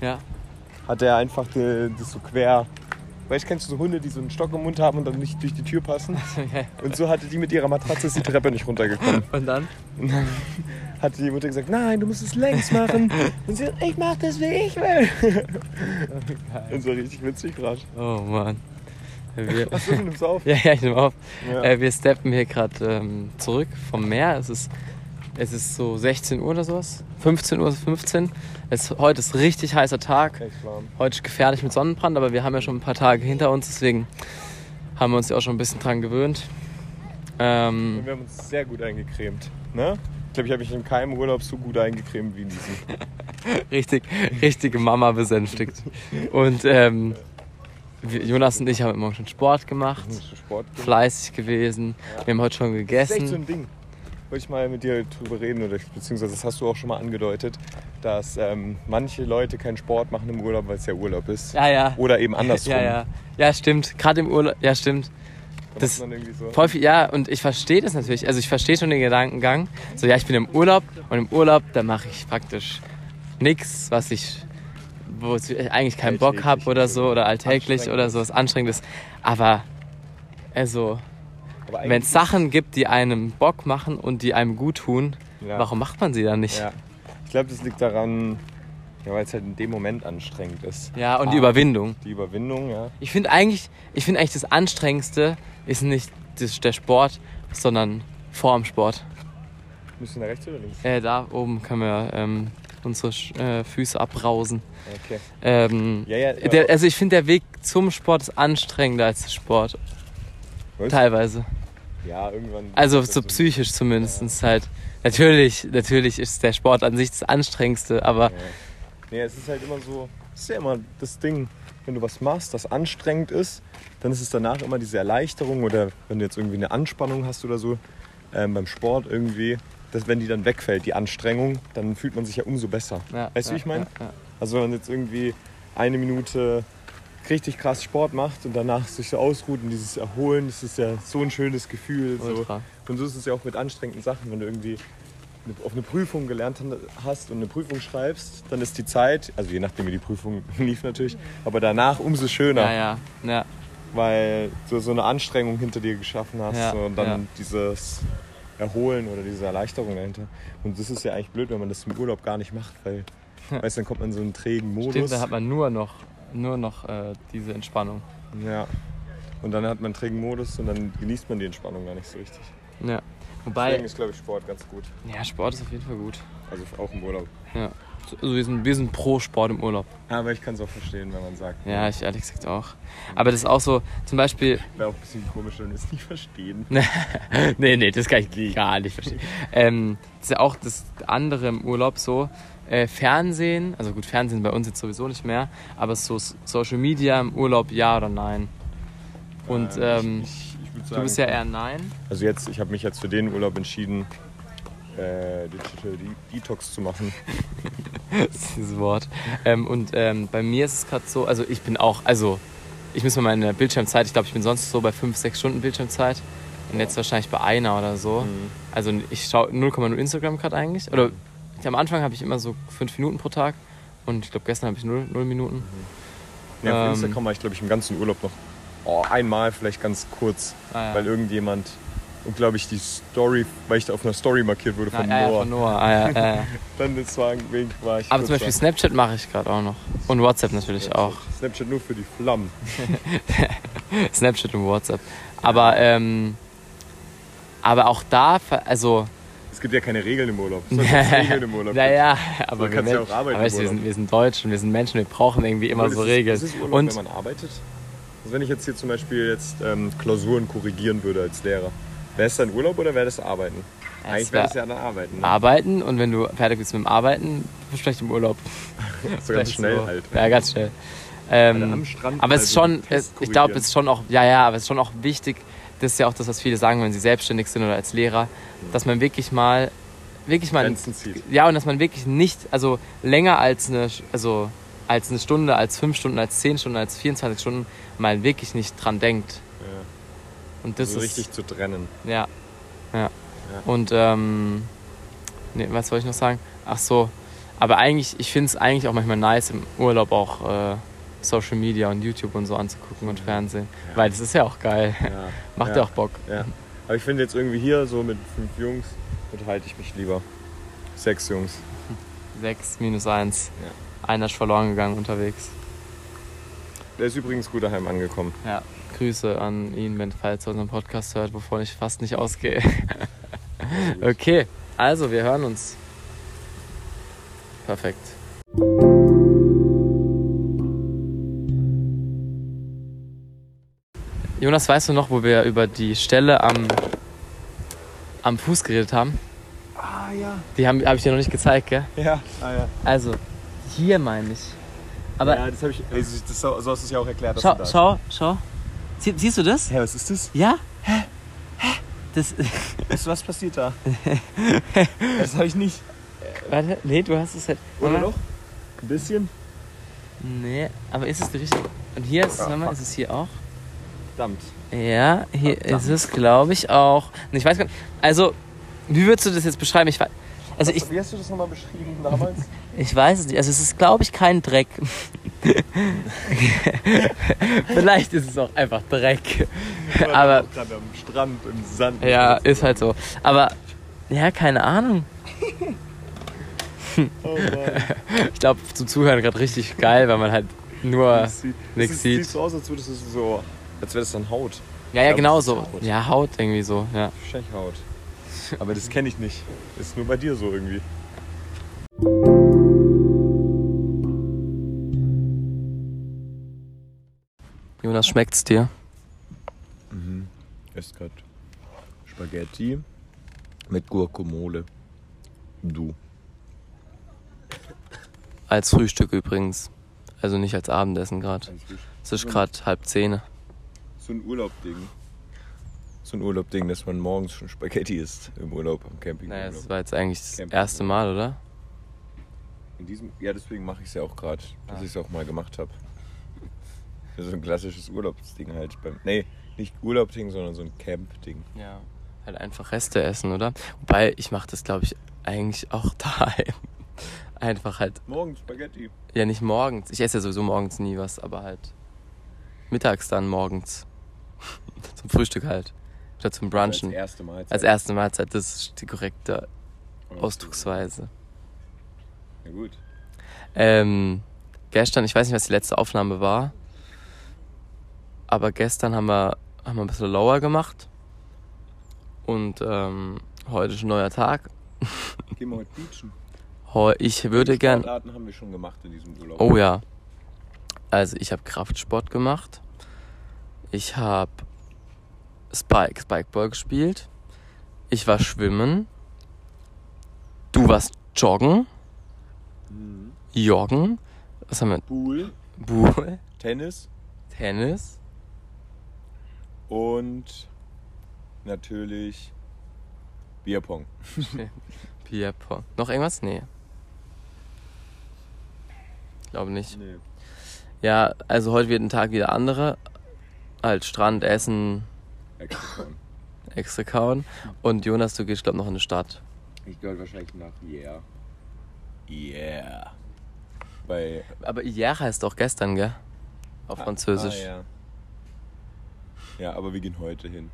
Ja. Hat er einfach die, das so quer. Weißt du, kennst du so Hunde, die so einen Stock im Mund haben und dann nicht durch die Tür passen? Und so hatte die mit ihrer Matratze ist die Treppe nicht runtergekommen. Und dann? Und dann hatte die Mutter gesagt, nein, du musst es längs machen. Und sie, ich mach das, wie ich will. Und so richtig witzig gerade. Oh Mann. Wir, Achso, du nimmst auf. ja, ja, ich nehme auf. Ja. Äh, wir steppen hier gerade ähm, zurück vom Meer. Es ist, es ist so 16 Uhr oder sowas. 15 Uhr, 15. Es, heute ist richtig heißer Tag. Echt warm. Heute ist gefährlich mit Sonnenbrand, aber wir haben ja schon ein paar Tage hinter uns, deswegen haben wir uns ja auch schon ein bisschen dran gewöhnt. Ähm, Und wir haben uns sehr gut eingecremt. Ne? Ich glaube, ich habe mich in keinem Urlaub so gut eingecremt wie in diesem. richtig, richtige Mama besänftigt. Und ähm, wir, Jonas und ich haben immer schon Sport gemacht, Hast du Sport gemacht? fleißig gewesen. Wir haben heute schon Das ist echt so gegessen. ein Ding. Wollte ich mal mit dir drüber reden, oder beziehungsweise das hast du auch schon mal angedeutet, dass ähm, manche Leute keinen Sport machen im Urlaub, weil es ja Urlaub ist. Ja, ja. Oder eben andersrum. Ja, ja. Ja, stimmt. Gerade im Urlaub. Ja, stimmt. Da das- macht man irgendwie so. Voll viel, ja, und ich verstehe das natürlich. Also ich verstehe schon den Gedankengang. So, ja, ich bin im Urlaub und im Urlaub, da mache ich praktisch nichts, was ich, wo ich eigentlich keinen Bock habe Alltäglich. oder so, oder alltäglich oder so, was anstrengendes. Aber, also, Aber wenn es Sachen gibt, die einem Bock machen und die einem gut tun, Ja. warum macht man sie dann nicht? Ja, Ja. Ich glaube, das liegt daran, ja, weil es halt in dem Moment anstrengend ist. und die Ah. Überwindung. Die Überwindung, ja. Ich finde eigentlich, ich finde eigentlich das Anstrengendste ist nicht das, der Sport, sondern vor dem Sport. Müssen wir nach rechts oder links? Äh, da oben können wir ähm, unsere Sch- äh, Füße abbrausen. Okay. Ähm, Ja, ja. der, also ich finde der Weg zum Sport ist anstrengender als der Sport. Was? Teilweise. ja, irgendwann. Also so psychisch zumindest halt. Natürlich, natürlich ist der Sport an sich das Anstrengendste, aber Nee, es ist halt immer so, es ist ja immer das Ding, wenn du was machst, das anstrengend ist, dann ist es danach immer diese Erleichterung oder wenn du jetzt irgendwie eine Anspannung hast oder so ähm, beim Sport irgendwie, dass wenn die dann wegfällt, die Anstrengung, dann fühlt man sich ja umso besser. Ja, weißt du, ja, wie ich meine? ja, ja. Also wenn man jetzt irgendwie eine Minute richtig krass Sport macht und danach sich so ausruht und dieses Erholen, das ist ja so ein schönes Gefühl. So. Ultra. Und so ist es ja auch mit anstrengenden Sachen, wenn du irgendwie eine- auf eine Prüfung gelernt han- hast und eine Prüfung schreibst, dann ist die Zeit, also je nachdem wie die Prüfung lief natürlich, aber danach umso schöner, ja, ja, ja. weil du so eine Anstrengung hinter dir geschaffen hast Ja, und dann ja. dieses Erholen oder diese Erleichterung dahinter. Und das ist ja eigentlich blöd, wenn man das im Urlaub gar nicht macht, weil weißt, du, dann kommt man in so einen trägen Modus. Stimmt, da hat man nur noch, nur noch äh, diese Entspannung. ja. Und dann hat man einen trägen Modus und dann genießt man die Entspannung gar nicht so richtig. Ja. Deswegen Wobei, ist, glaube ich, Sport ganz gut. ja, Sport ist auf jeden Fall gut. Also auch im Urlaub. Ja. Also wir sind, wir sind pro Sport im Urlaub. Aber ich kann es auch verstehen, wenn man sagt, Ja, ich ehrlich gesagt auch. Aber das ist auch so, zum Beispiel, Wäre auch ein bisschen komisch, wenn wir es nicht verstehen. nee, nee, das kann ich gar nicht verstehen. Ähm, das ist ja auch das andere im Urlaub so. Äh, Fernsehen, also gut, Fernsehen bei uns jetzt sowieso nicht mehr, aber so S- Social Media im Urlaub ja oder nein? Und ähm, ich, ich, ich würd du bist ja sagen- eher nein. Also jetzt, ich habe mich jetzt für den Urlaub entschieden, äh, Digital De Detox zu machen. Das ist dieses Wort. Ähm, und ähm, bei mir ist es gerade so, also ich bin auch, also ich muss mal meine Bildschirmzeit, ich glaube, ich bin sonst so bei 5, 6 Stunden Bildschirmzeit und jetzt wahrscheinlich bei einer oder so. Also ich schaue 0,0 Instagram gerade eigentlich. Oder am Anfang habe ich immer so 5 Minuten pro Tag und ich glaube, gestern habe ich 0, Minuten. Ja, auf Ähm. Instagram war ich, glaube ich, im ganzen Urlaub noch oh, einmal, vielleicht ganz kurz, Ah, ja. weil irgendjemand und glaube ich die Story, weil ich da auf einer Story markiert wurde Ah, von ja, ja, Noah. von Noah. Ah, ja, ja, ja. Dann deswegen war ich Aber zum kurz Beispiel da. Snapchat mache ich gerade auch noch. Und WhatsApp natürlich auch. Snapchat nur für die Flammen. Snapchat und WhatsApp. Aber, ähm, aber auch da, ver- also Es gibt ja keine Regeln im Urlaub. Es soll jetzt Regeln im Urlaub geben. Naja, aber Man wir, kann's ja Men- auch arbeiten aber weißt du, im wir, sind, wir sind Deutsch und wir sind Menschen, wir brauchen irgendwie immer Obwohl, so es Regeln. Ist, es ist Urlaub, und wenn man arbeitet? Also wenn ich jetzt hier zum Beispiel jetzt ähm, Klausuren korrigieren würde als Lehrer, wäre es dann Urlaub oder wäre das Arbeiten? Eigentlich wär- wäre das ja dann Arbeiten. Ne? arbeiten und wenn du fertig bist mit dem Arbeiten, bist du vielleicht im Urlaub. So ganz Vielleicht schnell so. halt. Ja, ganz schnell. Ähm, Alle am also Strand aber es mal ist so schon, einen es, Test ich glaube, korrigieren. es ist schon auch, ja, ja, aber es ist schon auch wichtig, das ist ja auch das, was viele sagen, wenn sie selbstständig sind oder als Lehrer, dass man wirklich mal, wirklich mal, Grenzen zieht. ja, und dass man wirklich nicht, also länger als eine, also als eine Stunde, als fünf Stunden, als zehn Stunden, als 24 Stunden mal wirklich nicht dran denkt. Und das So ist Also richtig zu trennen. Also ja. ja. Und ähm, nee, was soll ich noch sagen? Ach so. Aber eigentlich, ich finde es eigentlich auch manchmal nice, im Urlaub auch äh, Social Media und YouTube und so anzugucken und Fernsehen. Weil das ist Mhm. ja auch geil. Ja. Macht ja ja. auch Bock. Ja. Aber ich finde jetzt irgendwie hier so mit fünf Jungs unterhalte ich mich lieber. Sechs Jungs. 6 minus 1. Ja. Einer ist verloren gegangen unterwegs. Der ist übrigens gut daheim angekommen. Ja. Grüße an ihn, wenn falls er unseren Podcast hört, wovon ich fast nicht ausgehe. okay, also wir hören uns. Perfekt. Jonas, weißt du noch, wo wir über die Stelle am, am Fuß geredet haben? Ah ja. Die habe hab ich dir noch nicht gezeigt, gell? Ja, ah ja. Also, hier meine ich. Aber ja, das habe ich. Also, das, so so hast du es ja auch erklärt, dass schau, du da schau, schau. Sie, siehst du das? Hä, was ist das? Ja? Das. Ist was passiert da? das habe ich nicht. Warte, nee, du hast es halt. Oder Moment. noch? Ein bisschen? Nee, aber ist es die richtige? Und hier ist es, Ah, warte mal, fuck. ist es hier auch? Verdammt. Ja, hier Verdammt. ist es, glaube ich, auch. Und ich weiß gar nicht. Also, wie würdest du das jetzt beschreiben? Ich weiß. Also ich, Wie hast du das nochmal beschrieben damals? ich weiß es nicht. Also es ist, glaube ich, kein Dreck. Vielleicht ist es auch einfach Dreck. Aber- Gerade am Strand, im Sand. Ja, ist halt so. Aber ja, keine Ahnung. Oh Mann. Ich glaube, zum Zuhören gerade richtig geil, weil man halt nur. Das sieht, Nix das sieht. sieht so aus, als würdest du so. Als wäre das dann Haut. Ja, ja, glaub, genau das ist so. Haut. Ja, Haut irgendwie so, ja. Stechhaut. Aber das kenne ich nicht. Ist nur bei dir so irgendwie. Jonas, schmeckt's dir? Ist gerade Spaghetti mit Gurkumole. Du. Als Frühstück übrigens. Also nicht als Abendessen gerade. Es ist gerade halb zehn. So ein Urlaubding. So ein Urlaubding, dass man morgens schon Spaghetti isst im Urlaub, am Camping. Naja, das war jetzt eigentlich das Camp- erste Mal, oder? In diesem, ja, deswegen mache ich es ja auch gerade, dass Ah. ich es auch mal gemacht habe. Das ist so ein klassisches Urlaubsding halt. Beim, nee, nicht Urlaubding, sondern so ein Camp-Ding. Ja. Halt einfach Reste essen, oder? Wobei, ich mache das, glaube ich, eigentlich auch daheim. Einfach halt, Morgens Spaghetti. ja nicht morgens. Ich esse ja sowieso morgens nie was, aber halt mittags dann morgens. zum Frühstück halt. Statt zum Also Brunchen. Als erste Mahlzeit. Als erste Mahlzeit, das ist die korrekte Okay. Ausdrucksweise. Na gut. Ähm, gestern, ich weiß nicht, was die letzte Aufnahme war, aber gestern haben wir, haben wir ein bisschen lower gemacht. Und ähm, heute ist ein neuer Tag. Gehen wir heute beachen. Heu- Ich würde gern. Sportarten haben wir schon gemacht in diesem Urlaub. Oh ja. Also, ich habe Kraftsport gemacht. Ich habe Spike, Spikeball gespielt. Ich war schwimmen. Du warst joggen. Mhm. Joggen. Was haben wir? Pool, Buhl. Tennis Tennis. und natürlich Bierpong. Bierpong. Noch irgendwas? Nee. Glaube nicht. Nee. Ja, also heute wird ein Tag wieder andere. Halt Strand, Essen, Extra extra kauen. Und Jonas, du gehst, glaube noch in die Stadt. Ich gehöre wahrscheinlich nach Yeah. Yeah. Bei Aber hier heißt auch gestern, gell? Auf Französisch. Ah, ja. ja, aber wir gehen heute hin.